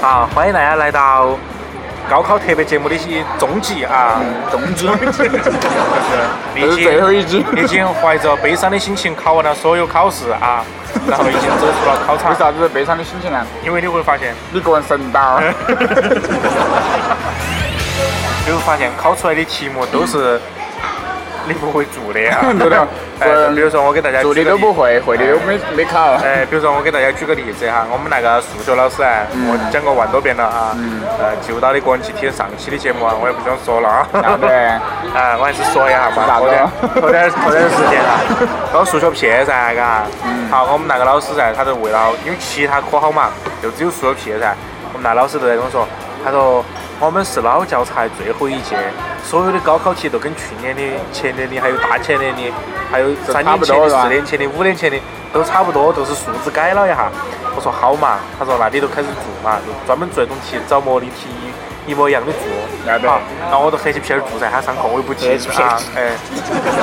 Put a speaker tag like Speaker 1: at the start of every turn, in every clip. Speaker 1: 好，啊欢迎大家来到高考特别节目的一终极啊，
Speaker 2: 中指，
Speaker 1: 已
Speaker 2: 这是
Speaker 1: 经
Speaker 2: 最后一集。
Speaker 1: 已经怀着悲伤的心情考完了所有考试啊，然后已经走出了考
Speaker 2: 为
Speaker 1: 场，
Speaker 2: 啥子悲伤的心情呢？
Speaker 1: 因为你会发现，
Speaker 2: 你个人神叨。，
Speaker 1: 你会发现考出来的题目都是你不会做的啊
Speaker 2: 对的
Speaker 1: 哎，比如说我给大家
Speaker 2: 做
Speaker 1: 举
Speaker 2: 的
Speaker 1: 个
Speaker 2: 都
Speaker 1: 例
Speaker 2: 不会，会的都没没考。
Speaker 1: 哎，比如说我给大家举个例子哈，我们那个数学老师啊，
Speaker 2: 嗯
Speaker 1: 我讲过万多遍了啊，呃，记不到的个人集体上期的节目啊，我也不想说了啊，
Speaker 2: 啥子？
Speaker 1: 啊，我还是说一下嘛，
Speaker 2: 咋
Speaker 1: 拖点
Speaker 2: 个
Speaker 1: 拖点拖点时间啊，搞数学撇噻，嘎，
Speaker 2: 嗯
Speaker 1: 好，我们那个老师噻，他就为了因为其他科好忙，就只有数学撇噻，我们那老师就在跟我说，他说我们是老教材最后一届，所有的高考题都跟去年的、前年的、还有大前年的、还有
Speaker 2: 都
Speaker 1: 三
Speaker 2: 差
Speaker 1: 年
Speaker 2: 不
Speaker 1: 前
Speaker 2: 多
Speaker 1: 的、
Speaker 2: 是吧
Speaker 1: 四年前的、五年前的都差不多，都是数字改了一下。我说好嘛，他说那你就开始做嘛，就专门做一种题，找模拟题一模一样的
Speaker 2: 要
Speaker 1: 做。
Speaker 2: 得
Speaker 1: 好，然后我就黑起屁儿做噻，他上课我也不记
Speaker 2: 黑起屁儿
Speaker 1: 啊，哎。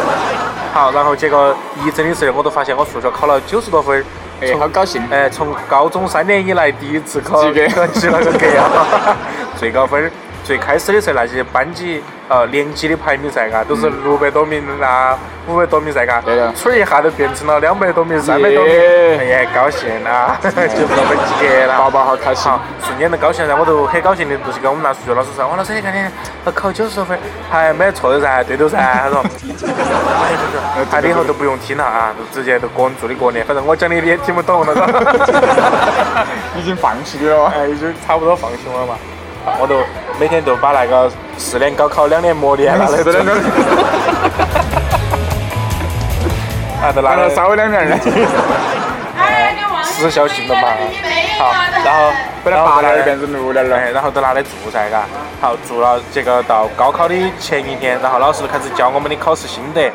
Speaker 1: 好，然后结果一整的时候，我都发现我数学考了九十多分儿。
Speaker 2: 哎，好高兴。
Speaker 1: 哎，从高中三年以来第一次考
Speaker 2: 及格
Speaker 1: 考及了个格啊， 最高分儿。最开始的时候，那些班级呃年级的排名赛嘎，都是六百多名啊，五百多名赛嘎
Speaker 2: 嗯对的，
Speaker 1: 吹一下就变成了两百多名、三百多名，
Speaker 2: 耶
Speaker 1: 哎呀，高兴啦， 就这么及格
Speaker 2: 宝
Speaker 1: 了。
Speaker 2: 宝好开心。
Speaker 1: 好，瞬间就高兴噻，我都很高兴的，就是跟我们那数学老师说，我老师你看你呃考九十多分儿，还没错的噻，对头噻，他 说，哎呀，对头，他以后都不用听了啊，就直接就个人做的个人，反正我讲的你也听不懂了，
Speaker 2: 已经放弃你了。
Speaker 1: 哎，就差不多放心了嘛。我都每天都把那个四年高考、两年模拟拿来做，啊，都拿
Speaker 2: 拿
Speaker 1: 来
Speaker 2: 了烧两面儿，
Speaker 1: 时效性的嘛。好，然后
Speaker 2: 本来
Speaker 1: 然后
Speaker 2: 八
Speaker 1: 后
Speaker 2: 点
Speaker 1: 来
Speaker 2: 儿变成六点儿了。
Speaker 1: 哎，然后都拿来做噻，嘎。好，做了这个到高考的前一天，然后老师就开始教我们的考试心得。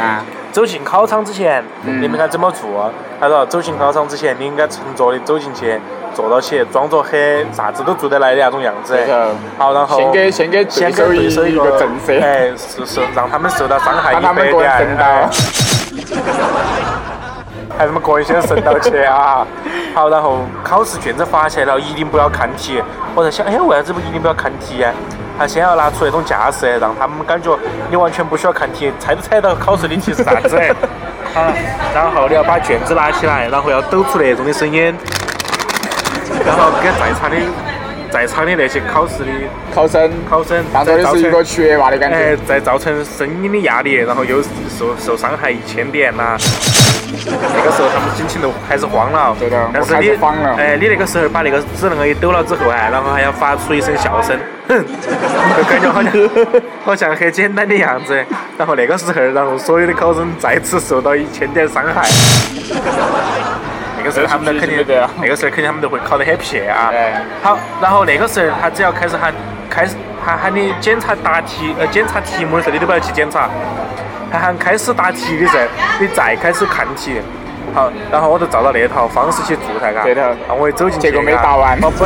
Speaker 2: 啊，
Speaker 1: 走进考场之前，你们该怎么做？他说，走进考场之前，你应该沉着的走进去，坐到起，装作很啥子都做得来的那种样子
Speaker 2: 对头。
Speaker 1: 好，然后
Speaker 2: 先给先给对
Speaker 1: 先给
Speaker 2: 手
Speaker 1: 对手
Speaker 2: 一
Speaker 1: 一
Speaker 2: 个震慑，
Speaker 1: 哎，是是，让他们受到伤害
Speaker 2: 把
Speaker 1: 一
Speaker 2: 他们
Speaker 1: 百
Speaker 2: 个人
Speaker 1: 点
Speaker 2: 震。到
Speaker 1: 哎。 还是我们个人先神到去啊。 好，然后考试卷子发下来了，一定不要看题。我在想，哎，为啥子不一定不要看题呀？他先要拿出那种架势，让他们感觉你完全不需要看题，猜都猜到考试的题是啥 子。好，然后你要把卷子拿起来，然后要抖出那种的声音，然后给在场的在场的那些考试的
Speaker 2: 考生，
Speaker 1: 考生
Speaker 2: 当做
Speaker 1: 再
Speaker 2: 的
Speaker 1: 造
Speaker 2: 是一
Speaker 1: 成
Speaker 2: 个学霸的感
Speaker 1: 哎
Speaker 2: 觉。，
Speaker 1: 再造成声音的压力，然后又受受伤害一千点呐、啊那个时候他们心情都开始慌了，
Speaker 2: 对的
Speaker 1: 但
Speaker 2: 我
Speaker 1: 是
Speaker 2: 开
Speaker 1: 你
Speaker 2: 始慌了
Speaker 1: 哎，你那个时候把那个纸那个一抖了之后哎，然后还要发出一声笑声，哼，就感觉好像 好像很简单的样子。然后那个时候，然后所有的考生再次受到一千点伤害。那个时候他 们都肯定
Speaker 2: 这是不是这样，
Speaker 1: 那个时候肯定他们都会考得很撇啊。
Speaker 2: 哎
Speaker 1: 好，然后那个时候他只要开始喊开始喊喊你检查答题呃检查题目的时候，你都不要去检查，他喊开始答题的时候，你再开始看题。好，然后我就照到那套方式去做噻，嘎。
Speaker 2: 对头
Speaker 1: 然后我一走进去，
Speaker 2: 结果没
Speaker 1: 嘎
Speaker 2: 答完
Speaker 1: 哦不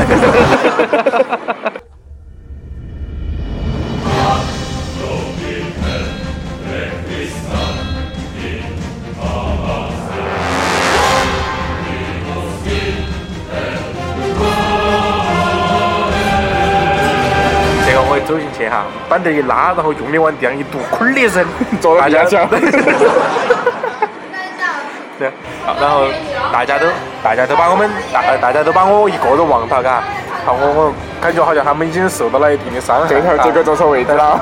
Speaker 1: 结果我一走进去哈，板凳一拉，然后用力往地上一跺，坤的一 声，
Speaker 2: 坐到
Speaker 1: 大
Speaker 2: 地
Speaker 1: 家
Speaker 2: 下去了
Speaker 1: 对，好然后大家都大家都把我们大呃大家都把我一个人忘到嘎，好我我感觉好像他们已经受到了一定的伤害，
Speaker 2: 这头
Speaker 1: 啊
Speaker 2: 这个坐错位置了，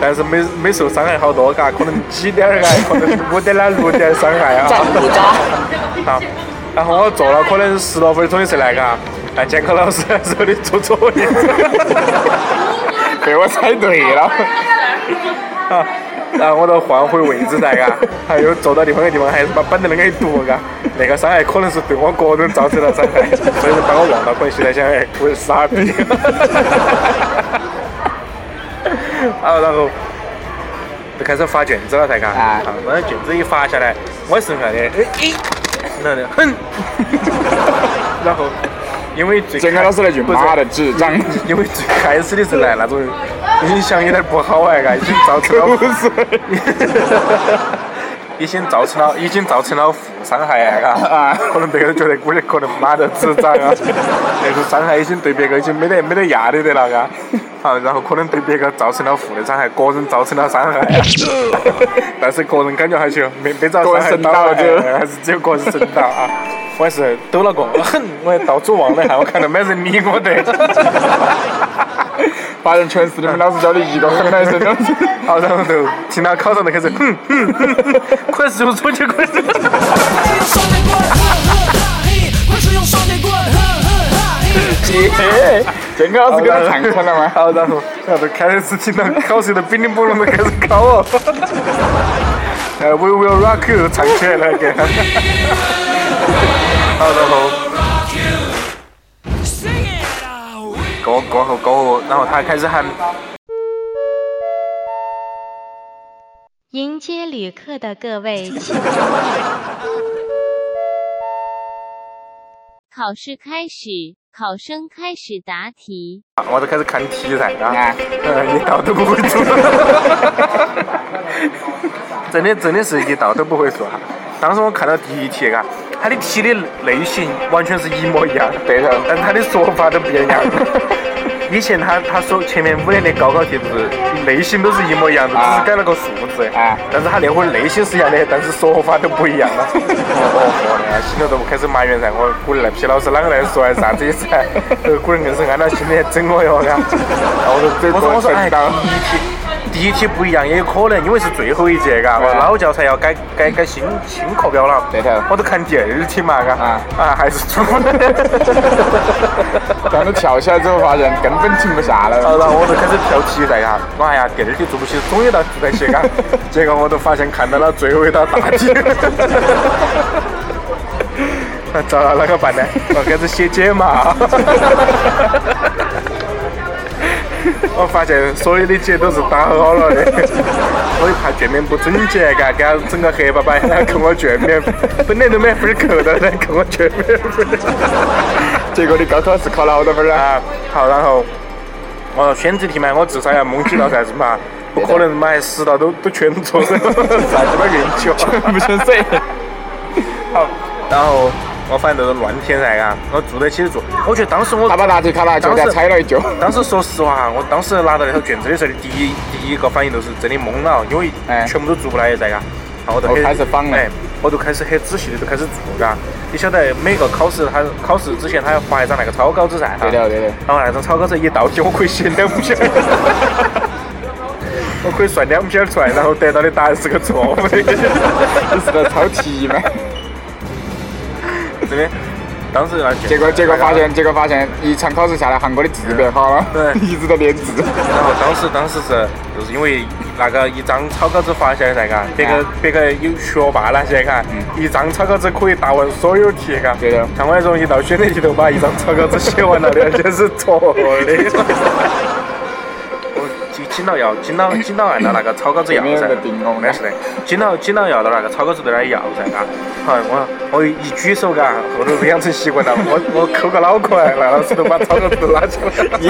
Speaker 1: 但是没没受伤害好多嘎，可能几点儿嘎，啊可能五点啦六点伤害啊。
Speaker 2: 不渣。
Speaker 1: 啊，然后我坐了可能十多分钟的时候来嘎，但监考老师说你做作业。
Speaker 2: 被我猜对了，
Speaker 1: 啊，然后我都换回位置噻，嘎， 还有坐到另外一个地方，还是把板凳给堵，嘎，那个伤害可能是对我个人造成了伤害， 所以说把我忘了，可能现在想，哎，我是傻 逼。好，啊然后就开始发卷子了噻，嘎，
Speaker 2: 啊
Speaker 1: 啊，那卷子一发下来，我是啥的，哎哎，那的很， 然后因为最
Speaker 2: 监考
Speaker 1: 开
Speaker 2: 老师那句
Speaker 1: 不是
Speaker 2: 妈的智障，
Speaker 1: 因为最开始的时候呢，那种 影响有点不好哎，嘎，已经造成了
Speaker 2: 不是，
Speaker 1: 已经造成了已经造成了负伤害啊，嘎
Speaker 2: 啊
Speaker 1: 可能别个就觉得估计可能妈的智障啊，那个伤害已经对别个已经没得没得压力的了，嘎。好，然后可能对别个造成了负的伤害，个人造成了伤害， 但是个人感觉还行，没没遭
Speaker 2: 个
Speaker 1: 伤
Speaker 2: 人
Speaker 1: 害
Speaker 2: 伸到了就
Speaker 1: 哎还是只有个人伸到啊。 我还是抖了个， 哼，我还到处望了一下，我看到没人理我的。
Speaker 2: 把人全市你们老师教的一个狠来生的，
Speaker 1: 好，然后就听到考场就开 始，嗯哼哼哼，嗯快速出去，快速。
Speaker 3: 快使用双截棍，呵呵哈嘿！快使用双截棍，呵呵哈嘿！
Speaker 2: 姐，健康老师给他唱出来吗？
Speaker 1: 好，然后然后开始听到考试的叮铃波啷的开始考哦。呃，We will rock you 唱起来了，给。好，然后
Speaker 3: Sing it out！
Speaker 1: 过过后过后，然后他开始喊
Speaker 4: 迎接旅客的各位，
Speaker 5: 考试开始，考生开始答题。
Speaker 1: 我就开始看题噻，啊，
Speaker 2: 啊，
Speaker 1: 嗯，一道都不会做，真的真的是一道都不会做哈。当时我看到第一题，啊，它的题的类型完全是一模一样，
Speaker 2: 对头，
Speaker 1: 但他的说法都不一样。以前他他说前面五年的高考题是类型都是一模一样的，
Speaker 2: 啊
Speaker 1: 只是改了个数字。
Speaker 2: 啊
Speaker 1: 但是他那会儿类型是一样的，但是说法都不一样了。哦哦，心头都开始埋怨噻，我估计那批老师啷个来说啊啥子意思啊？呃估计硬是按照心里整我哟，嘎。
Speaker 2: 然后我就
Speaker 1: 我说
Speaker 2: 走过
Speaker 1: 我说
Speaker 2: 去
Speaker 1: 哎，
Speaker 2: 到，
Speaker 1: 第一题第一题不一样，也有可能因为是最后一节，嘎，我
Speaker 2: 啊
Speaker 1: 老教材要改改改新新课表了。
Speaker 2: 对头
Speaker 1: 我都看第二题嘛，嘎。
Speaker 2: 啊
Speaker 1: 啊，还是出的。
Speaker 2: 当时跳起来之后发现根本停不下来
Speaker 1: 然
Speaker 2: 了，
Speaker 1: 后我就开始跳题噻呀，我哎呀，第二题做不起，总有一道题在写嘎，结果我都发现看到了最后一道大题， 那咋啷个办呢？我开始写解码，我发现所有的解都是打好了的，我一怕卷面不整洁，嘎，给他整个黑巴巴，然后扣我卷面，本来都没分儿扣的，然后扣我卷面分儿。
Speaker 2: 结果你高考试考了好多分儿啊？
Speaker 1: 啊，好，然后我选择题嘛，我至少要蒙几道噻，是嘛？不可能妈十道都都全错，啥鸡巴运气哦！
Speaker 2: 不成水，
Speaker 1: 好，然后我反正都是乱填噻，嘎，我做得起就做。我觉得当时我
Speaker 2: 他把答题卡拿就给他踩了 一脚，
Speaker 1: 当时说实话，我当时拿到那套卷子的时候，第一第一个反应都是真的懵了，因为
Speaker 2: 哎
Speaker 1: 全部都做不来噻，嘎。然后我就
Speaker 2: 我
Speaker 1: 很
Speaker 2: 开始仿了
Speaker 1: 哎，我就开始很仔细的就开始做，嘎。你晓得每个考试，他考试之前他要发一张那个草稿子噻，
Speaker 2: 对头对头，
Speaker 1: 然后那种草稿纸一道题，我可以写两篇， 我可以算两篇出来，然后得到的答案是个错误 的，
Speaker 2: 你是在抄题吗？
Speaker 1: 真的。当时那卷子
Speaker 2: 结果结果发现，结果发现一场考试下来，韩哥的字变好了，
Speaker 1: 对
Speaker 2: 一直在 练字，
Speaker 1: 然后当时当时是就是因为那个一张草稿纸发下来噻，嘎，别个
Speaker 2: 啊
Speaker 1: 别个有学霸那些嘎，一张草稿纸可以答完所有题嘎。
Speaker 2: 嗯对的
Speaker 1: 像我那种一道选择题都把一张草稿纸写完了的，而且是 错
Speaker 2: 哦
Speaker 1: 的。 我紧紧到要紧到紧到按到那个草稿纸要啊
Speaker 2: 没有
Speaker 1: 噻
Speaker 2: 人顶我，
Speaker 1: 那是的，紧到紧到要到那个草稿纸在那儿要噻嘎。好，我我一举手嘎，后头都养成习惯了，我我抠个脑壳来了，老师都把草稿纸都拿起来 了。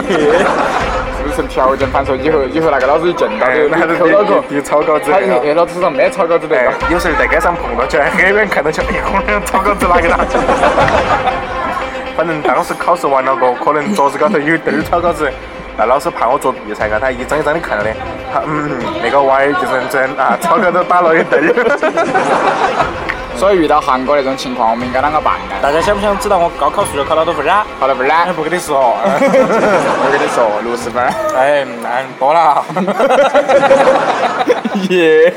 Speaker 2: 是不是条件反射？以后以后那个老师一见到
Speaker 1: 哎
Speaker 2: 就，
Speaker 1: 那都
Speaker 2: 抠脑壳，
Speaker 1: 递草稿纸
Speaker 2: 他
Speaker 1: 那
Speaker 2: 哎
Speaker 1: 个。
Speaker 2: 老师上没抄稿子的
Speaker 1: 哎，有时候在街上碰到起来，很远看到起来，哎呀，我那草稿纸拿给他。 反正当时考试完了过，可能桌子高头有一堆草稿纸，那老师怕我作弊噻，嘎，他一张一张的看了的。他嗯，那个娃儿就认真啊，草稿都打了一堆。
Speaker 2: 所以遇到韩哥那种情况，我们应该啷个办 呢？
Speaker 1: 大家想不想知道我高考数学考了多分啊？
Speaker 2: 好了，不
Speaker 1: 哎，
Speaker 2: 然
Speaker 1: 不跟你说， 哦
Speaker 2: 我跟你说，六十分。
Speaker 1: 哎，那多 了。
Speaker 2: 耶！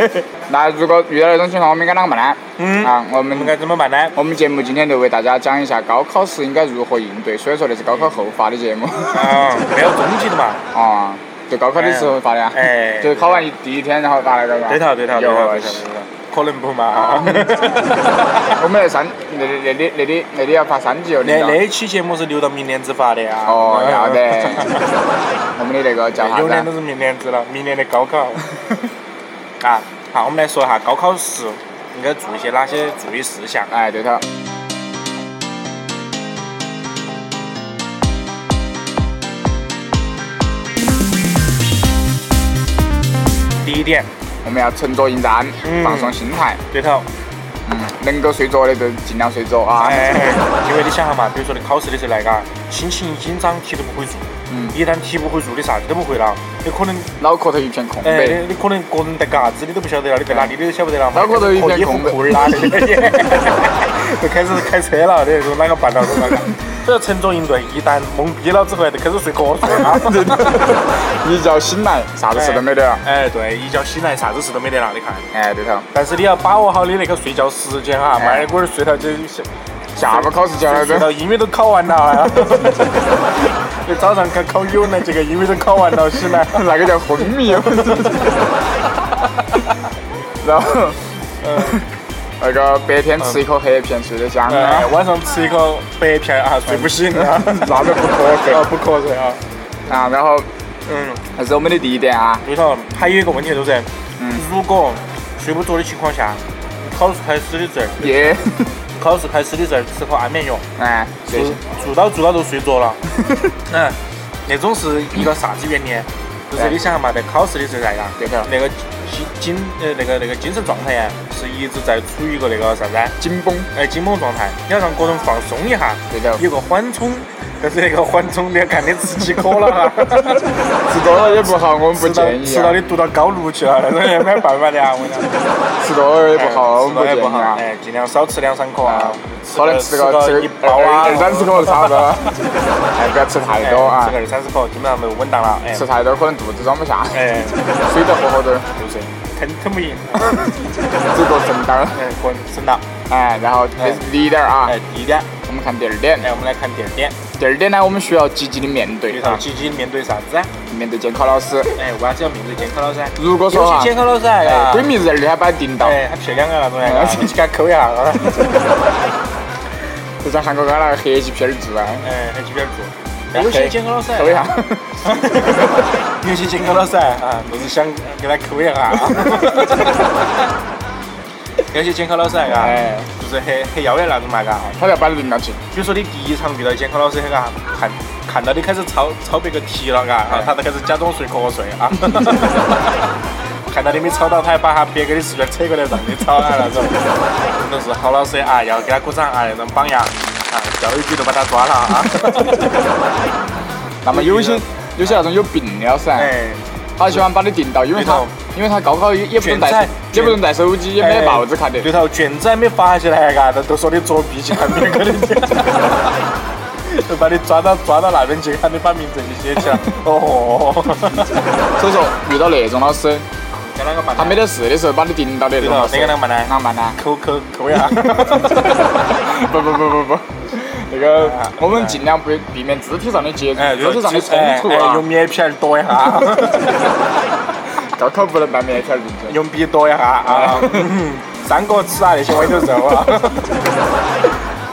Speaker 2: 那如果遇到那种情况，我们应该啷个办呢？
Speaker 1: 嗯
Speaker 2: 啊，我
Speaker 1: 应
Speaker 2: 们
Speaker 1: 该怎么办呢？
Speaker 2: 我们节目今天就为大家讲一下高考时应该如何应对，所以说这是高考后发的节目
Speaker 1: 啊，没有终极的嘛。
Speaker 2: 啊，就高考的时候发的呀，
Speaker 1: 哎
Speaker 2: 就考完一第一天然后发那个嘛。
Speaker 1: 对头，对头，对
Speaker 2: 有
Speaker 1: 头，对头。可能不 嘛。
Speaker 2: 我们那三那那那里那里那里要发三级哦，
Speaker 1: 那
Speaker 2: 领导
Speaker 1: 那哎一期节目是留到明年子发的呀。
Speaker 2: 哦，要得。 我们的那个叫啥
Speaker 1: 永远都
Speaker 2: 子？
Speaker 1: 是明年子了，明年的高 考。啊，好，我们来说一下高考时应该注意些哪些注意事项。啊
Speaker 2: 哎，对头，
Speaker 1: 第一点，
Speaker 2: 我们要沉着应战，
Speaker 1: 嗯
Speaker 2: 放松心态，
Speaker 1: 对头。
Speaker 2: 嗯，能够睡着的就尽量睡着啊。
Speaker 1: 哎，因为你想下嘛，比如说你考试的时候来嘎，心情一紧张，题都不会做。
Speaker 2: 嗯
Speaker 1: 一旦题不会做，你啥子都不会了。你可能，
Speaker 2: 脑壳头一片空
Speaker 1: 哎，
Speaker 2: 白，
Speaker 1: 你你可能个人在干啥子你都不晓得了，你在哪里你都晓不得了嘛。
Speaker 2: 脑壳头一片空白
Speaker 1: 裤儿拉的，就开始开车了，你说哪个办到是哪个。所以沉着应对，一旦懵逼了之后，就开始睡瞌睡 了。
Speaker 2: 一觉醒来啥子事都没得了。
Speaker 1: 哎，对，一觉醒来啥子事都没得了，你看。
Speaker 2: 哎，对头，
Speaker 1: 但是你要把握好你那个睡觉时间哈，
Speaker 2: 哎
Speaker 1: 慢点儿睡到就下
Speaker 2: 下午考试前来
Speaker 1: 睡到
Speaker 2: 着，
Speaker 1: 英语都考完了。你早上考考语文的这个英语都考完了，醒来。
Speaker 2: 那个叫昏迷。啊 然后，呃那个白天吃一口黑片睡得香
Speaker 1: 哎，
Speaker 2: 啊，
Speaker 1: 晚上吃一口白片啊，睡不醒啊，
Speaker 2: 那就不瞌睡
Speaker 1: 啊，不瞌睡啊。
Speaker 2: 啊，然后
Speaker 1: 嗯，
Speaker 2: 这是我们的第一点啊，
Speaker 1: 对头，还有一个问题就是，
Speaker 2: 嗯
Speaker 1: 如果睡不着的情况下，考试开始的时候，
Speaker 2: 耶，
Speaker 1: 考试开始的时候吃口安眠药，
Speaker 2: 哎，睡
Speaker 1: 做做到做到都睡 着了。嗯，那种是一个啥子原理？就是你想嘛，在考试的时候呀，
Speaker 2: 对头
Speaker 1: 那个精精呃那个那个精神状态呀，是一直在处于一个那个啥子啊？
Speaker 2: 紧绷，
Speaker 1: 哎，紧绷状态，你要让个人放松一下，
Speaker 2: 对头
Speaker 1: 有个缓冲。但是那个缓冲，你要看你吃几颗了哈，
Speaker 2: 吃多了也不好，我们 不
Speaker 1: 吃到
Speaker 2: 建议
Speaker 1: 啊吃到
Speaker 2: 啊
Speaker 1: 你，读到高六去了，那种也没办法的啊，我跟你讲。
Speaker 2: 吃多了也不好，
Speaker 1: 哎
Speaker 2: 我
Speaker 1: 吃
Speaker 2: 们不
Speaker 1: 多也
Speaker 2: 建议
Speaker 1: 不好，
Speaker 2: 啊。
Speaker 1: 哎，尽量少吃两三颗啊，
Speaker 2: 可能吃
Speaker 1: 个
Speaker 2: 个吃
Speaker 1: 一
Speaker 2: 个
Speaker 1: 包啊，
Speaker 2: 二三十 口差不多了，哎，不要吃太
Speaker 1: 哎
Speaker 2: 多啊
Speaker 1: 吃个，二三十口基本上没有稳当了，哎，
Speaker 2: 吃太多可能肚子装不下，
Speaker 1: 哎，
Speaker 2: 水都喝喝点儿，
Speaker 1: 就是吞吞不赢，
Speaker 2: 只够撑到儿。
Speaker 1: 哎，滚省了，
Speaker 2: 哎，然后这是第一点儿啊
Speaker 1: 哎，，第一点，
Speaker 2: 我们看第二点，
Speaker 1: 哎，我们来看第二点，
Speaker 2: 第二点呢，我们需要积极的面对
Speaker 1: 对头，
Speaker 2: 啊，
Speaker 1: 积极面对啥子啊？
Speaker 2: 面对监考老师。
Speaker 1: 哎，为啥子要面对监考老师啊？
Speaker 2: 如果
Speaker 1: 有
Speaker 2: 说
Speaker 1: 些
Speaker 2: 啊，
Speaker 1: 监考老师啊
Speaker 2: 哎，闺，蜜日儿你还把他盯到，
Speaker 1: 哎，还漂亮啊那种 啊，进去给他抠一下，
Speaker 2: 就像韩国刚那个黑起片儿做啊，
Speaker 1: 哎，还几边做。哎有些监考老师啊，
Speaker 2: 抽一下，
Speaker 1: 有些监考老师啊，啊，就是想给他抠一下 啊。有些监考老师啊，嘎
Speaker 2: 哎，
Speaker 1: 就是很很妖的那种嘛，嘎。
Speaker 2: 他要把你盯到起，
Speaker 1: 比如说你第一场遇到监考老师，嘎，看看到你开始抄抄别个题了，嘎，然后他就开始假装睡瞌睡 啊。看到你没抄到，他还把他别个的试卷扯过来让你抄啊那种，都是好老师啊，要给他鼓掌啊那种榜样啊，教育局都把他抓了 啊。
Speaker 2: 那么有些有些那种有病的老师啊，
Speaker 1: 哎，
Speaker 2: 他喜欢把你盯到，因为他
Speaker 1: 对头
Speaker 2: 因为他高考也也不能带
Speaker 1: 卷
Speaker 2: 手
Speaker 1: 子
Speaker 2: 也不能带手机，也没
Speaker 1: 哎
Speaker 2: 得报纸看的。
Speaker 1: 对头，卷子还没发下来啊嘎，都都说你作弊去看别个的，就把你抓到抓到那边去，喊你把名字去写 起来。哦，
Speaker 2: 所以说遇到那种老师，
Speaker 1: 在哪个办呢？
Speaker 2: 他没得事的时候把你盯到的那啊
Speaker 1: 对
Speaker 2: 种
Speaker 1: 头
Speaker 2: 老，师，
Speaker 1: 那个啷个办呢？
Speaker 2: 啷办 呢？
Speaker 1: 抠抠抠呀！
Speaker 2: 不不不不不，那个我们尽量不避免肢体上的接触
Speaker 1: 哎，，
Speaker 2: 肢体上的冲突
Speaker 1: 哎哎
Speaker 2: 啊
Speaker 1: 用。棉片儿剁一下，
Speaker 2: 高考不能办面条儿进去。
Speaker 1: 用笔剁一下啊！三国吃啊那些歪头肉啊，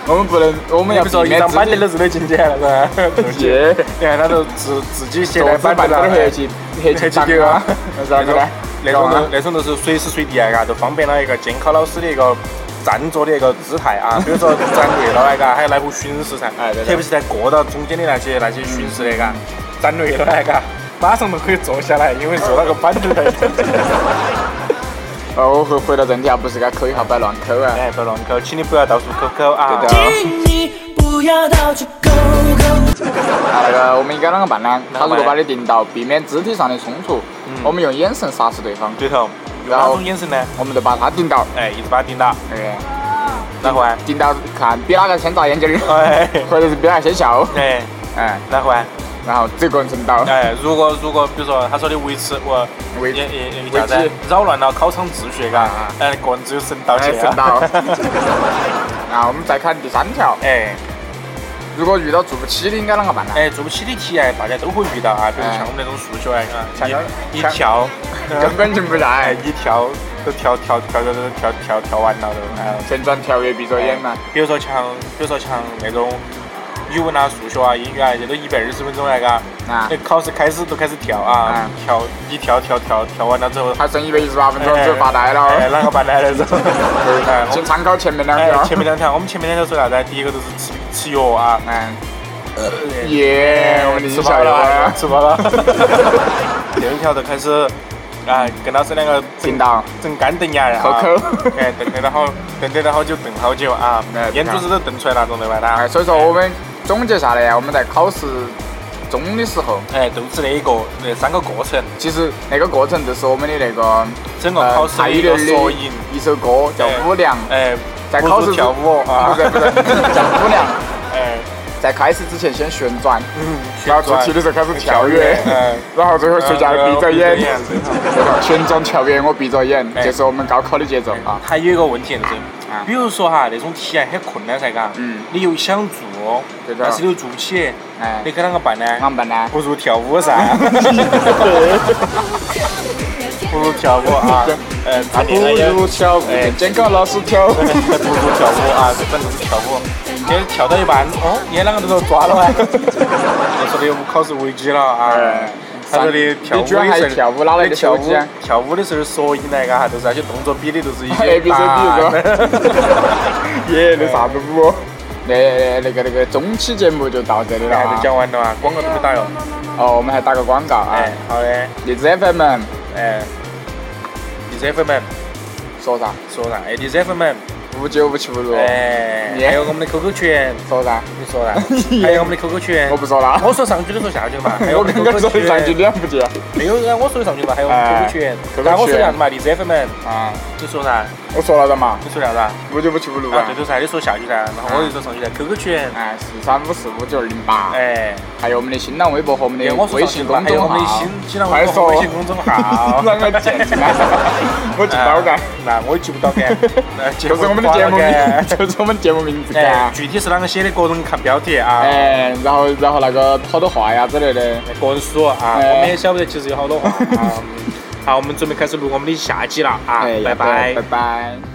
Speaker 2: 我们不能，我们
Speaker 1: 你
Speaker 2: 要
Speaker 1: 不说
Speaker 2: 避
Speaker 1: 一
Speaker 2: 免
Speaker 1: 张板凳
Speaker 2: 肢
Speaker 1: 都是得进去了噻，都
Speaker 2: 体接。
Speaker 1: 你看他都自自己写
Speaker 2: 桌
Speaker 1: 在
Speaker 2: 子
Speaker 1: 板啊
Speaker 2: 板
Speaker 1: 凳
Speaker 2: 凳
Speaker 1: 上
Speaker 2: 儿黑起黑起
Speaker 1: 黑起
Speaker 2: 脏
Speaker 1: 丢
Speaker 2: 啊
Speaker 1: 啊，
Speaker 2: 然后呢？
Speaker 1: 那种都那种都是随时随地啊，嘎，都方便了一个监考老师的一个站坐的一个姿态 啊。比如说站累了哎，嘎，还要来回巡视噻，
Speaker 2: 哎对对
Speaker 1: 特别是在过道中间的那些那些巡视的，嘎，站累了哎，嘎，马上都可以坐下来，因为坐那个板凳儿。
Speaker 2: 哦，我回回到正题啊，不是该抠一下，不要乱抠啊。
Speaker 1: 哎，不要乱抠，请你不要到处抠抠啊。
Speaker 2: 对的
Speaker 3: 请你不要到处勾勾，
Speaker 2: 啊，那个我们应该啷个办呢？
Speaker 1: 啷个办嗯
Speaker 2: 他如果把你盯到，避免肢体上的冲突，我们用眼神杀死对方，
Speaker 1: 对头，用
Speaker 2: 然
Speaker 1: 哪
Speaker 2: 后
Speaker 1: 种眼神呢？
Speaker 2: 我们就把他盯到，
Speaker 1: 哎，一直把它盯到，
Speaker 2: 哎，
Speaker 1: 然后啊，
Speaker 2: 盯到看比哪个先眨 眼睛儿，
Speaker 1: 哎，
Speaker 2: 或者是比哪个先笑，
Speaker 1: 哎，
Speaker 2: 哎，
Speaker 1: 然后啊。
Speaker 2: 然后这个人成到，
Speaker 1: 哎，如果如果比如说他说的维持我
Speaker 2: 维
Speaker 1: 也也也
Speaker 2: 维
Speaker 1: 啥子
Speaker 2: 持
Speaker 1: 扰乱了考场秩序，嘎
Speaker 2: 啊，
Speaker 1: 哎，个人只有神道
Speaker 2: 哎，
Speaker 1: 歉
Speaker 2: 成
Speaker 1: 啊。
Speaker 2: 到。啊，我们再看第三条，
Speaker 1: 哎
Speaker 2: 如果遇到做不起的，应该啷个办呢？
Speaker 1: 哎，做不起的题哎，大家都会遇到啊，比如
Speaker 2: 哎
Speaker 1: 像我们那种数学哎，啊
Speaker 2: 像那
Speaker 1: 一一
Speaker 2: 像
Speaker 1: 跳，
Speaker 2: 根本停不 下
Speaker 1: 哎
Speaker 2: 来，
Speaker 1: 一跳都跳跳跳跳跳跳跳完了都，哎
Speaker 2: 旋转跳跃闭着眼嘛，
Speaker 1: 比如说像比如说像那种语文啊、数学啊、英语啊，这都一百二十分钟来嘎，
Speaker 2: 啊
Speaker 1: 那，考试开始都开始跳啊
Speaker 2: 啊，
Speaker 1: 跳一跳跳跳跳完了之后，
Speaker 2: 还剩一百一十八分钟就发呆了
Speaker 1: 哎，
Speaker 2: 哦，
Speaker 1: 啷个办呢？那 种，哎，我
Speaker 2: 请参考前面两
Speaker 1: 哎，
Speaker 2: 条。
Speaker 1: 前面两条，我们前面两条说啥子？第一个就是吃吃药啊，
Speaker 2: 嗯，哎耶，我们的
Speaker 1: 吃
Speaker 2: 音
Speaker 1: 饱
Speaker 2: 效
Speaker 1: 了
Speaker 2: 又
Speaker 1: 啊
Speaker 2: 来，
Speaker 1: 吃饱了。第二条就开始啊，跟老师两个
Speaker 2: 叮当，
Speaker 1: 正干瞪眼啊，
Speaker 2: 扣扣
Speaker 1: 哎，瞪得到好，瞪得到好久，瞪好久啊
Speaker 2: 哎，
Speaker 1: 眼珠子都瞪出来那种的吧？
Speaker 2: 哎，
Speaker 1: 那
Speaker 2: 所以说我们总结下来啊，我们在考试中的时候，
Speaker 1: 哎，都是那一个那三个过程，
Speaker 2: 其实那个过程就是我们的那个呃
Speaker 1: 整个考试
Speaker 2: 泰
Speaker 1: 的一
Speaker 2: 语
Speaker 1: 个
Speaker 2: 的
Speaker 1: 缩影。
Speaker 2: 一首歌叫
Speaker 1: 哎
Speaker 2: 《舞娘》，
Speaker 1: 哎，
Speaker 2: 在
Speaker 1: 不
Speaker 2: 考
Speaker 1: 如
Speaker 2: 试
Speaker 1: 跳舞啊
Speaker 2: 不，是不是叫《舞娘》，
Speaker 1: 哎，
Speaker 2: 在开始之前先旋转，
Speaker 1: 嗯，
Speaker 2: 然后做题的时候开始跳跃
Speaker 1: 嗯，
Speaker 2: 然后最后睡觉闭着眼，
Speaker 1: 嗯闭着眼
Speaker 2: 对吧 旋转跳跃，我闭着眼，
Speaker 1: 哎
Speaker 2: 这是我们高考的节奏啊。
Speaker 1: 还有一个问题就是
Speaker 2: 啊，
Speaker 1: 比如说哈，那种题啊很困难噻，嘎，
Speaker 2: 嗯
Speaker 1: 你又想做
Speaker 2: 对，的
Speaker 1: 但是你又做不起，
Speaker 2: 哎
Speaker 1: 你该啷个办呢？
Speaker 2: 啷个办呢？
Speaker 1: 不如跳舞 噻，不如跳舞啊，嗯，
Speaker 2: 啊
Speaker 1: 谈恋爱也
Speaker 2: 不如跳舞
Speaker 1: 哎，
Speaker 2: 监考老师跳舞。
Speaker 1: 不如跳舞啊，反正跳 舞，今天跳到一半，哦，你啷个都抓 了啊？就说的考试违纪了啊
Speaker 2: 哎。
Speaker 1: 他说的跳舞的时
Speaker 2: 你居然
Speaker 1: 候，
Speaker 2: 还跳舞哪来的
Speaker 1: 跳
Speaker 2: 手
Speaker 1: 舞
Speaker 2: 机啊
Speaker 1: 跳舞的时候缩影来嘎哈，都是那些动作比的，都是一
Speaker 2: A
Speaker 1: 些
Speaker 2: B
Speaker 1: 是
Speaker 2: C D
Speaker 1: 吧？
Speaker 2: 耶，那啥子舞？哎那那个那个中期节目就到这里了
Speaker 1: 哎，就
Speaker 2: 啊。
Speaker 1: 讲完了啊，广告都没打哟。
Speaker 2: 哦，我们还打个广告啊
Speaker 1: 哎，，好的，
Speaker 2: 荔枝 FM
Speaker 1: 哎，第三粉们
Speaker 2: 说啥？
Speaker 1: 说啥？哎，第三粉们，
Speaker 2: 五九五七五六，
Speaker 1: 哎，
Speaker 2: 你
Speaker 1: 还有我们的 QQ 群，
Speaker 2: 说啥？
Speaker 1: 你说 啥？还有我们的 QQ 群，
Speaker 2: 我不说了。
Speaker 1: 哎
Speaker 2: 啊
Speaker 1: 我说哎上去的说下去的嘛，还有
Speaker 2: 我刚刚说的上去
Speaker 1: 的，
Speaker 2: 两不接
Speaker 1: 没有啊，我说的上去嘛，还有
Speaker 2: 哎
Speaker 1: QQ 群
Speaker 2: QQ，群
Speaker 1: 那我说啥子嘛？荔枝 FM，
Speaker 2: 啊！
Speaker 1: 你说啥？
Speaker 2: 我说了的嘛，
Speaker 1: 你说啥子啊？
Speaker 2: 五九五七五六
Speaker 1: 啊，
Speaker 2: 啊
Speaker 1: 对，头噻，你说下去噻，然后我就说上去噻，QQ 群，
Speaker 2: 哎，四三五四五九二零八，
Speaker 1: 哎，
Speaker 2: 还有我们的新浪微博和我们
Speaker 1: 对
Speaker 2: 的
Speaker 1: 我说
Speaker 2: 微
Speaker 1: 上去
Speaker 2: 信
Speaker 1: 嘛，
Speaker 2: 公
Speaker 1: 还有
Speaker 2: 众
Speaker 1: 我们的
Speaker 2: 号
Speaker 1: 新，新浪微
Speaker 2: 快
Speaker 1: 博和
Speaker 2: 说，
Speaker 1: 微信公众 号，
Speaker 2: 让我见进来， 我记到干，
Speaker 1: 啊那我也记不到 干，那记
Speaker 2: 就
Speaker 1: 不
Speaker 2: 是我们的节目
Speaker 1: 到干
Speaker 2: 名， 就是我们节目名字
Speaker 1: 哎
Speaker 2: 干，。
Speaker 1: 具体是啷个写的，个人看标题啊，
Speaker 2: 哎，然后然后那个好多话呀之类的，
Speaker 1: 个人数啊，
Speaker 2: 哎
Speaker 1: 我们也晓不得，其 实有好多话啊。嗯好，我们准备开始录我们的下集了啊
Speaker 2: 哎，，
Speaker 1: 拜
Speaker 2: 拜拜。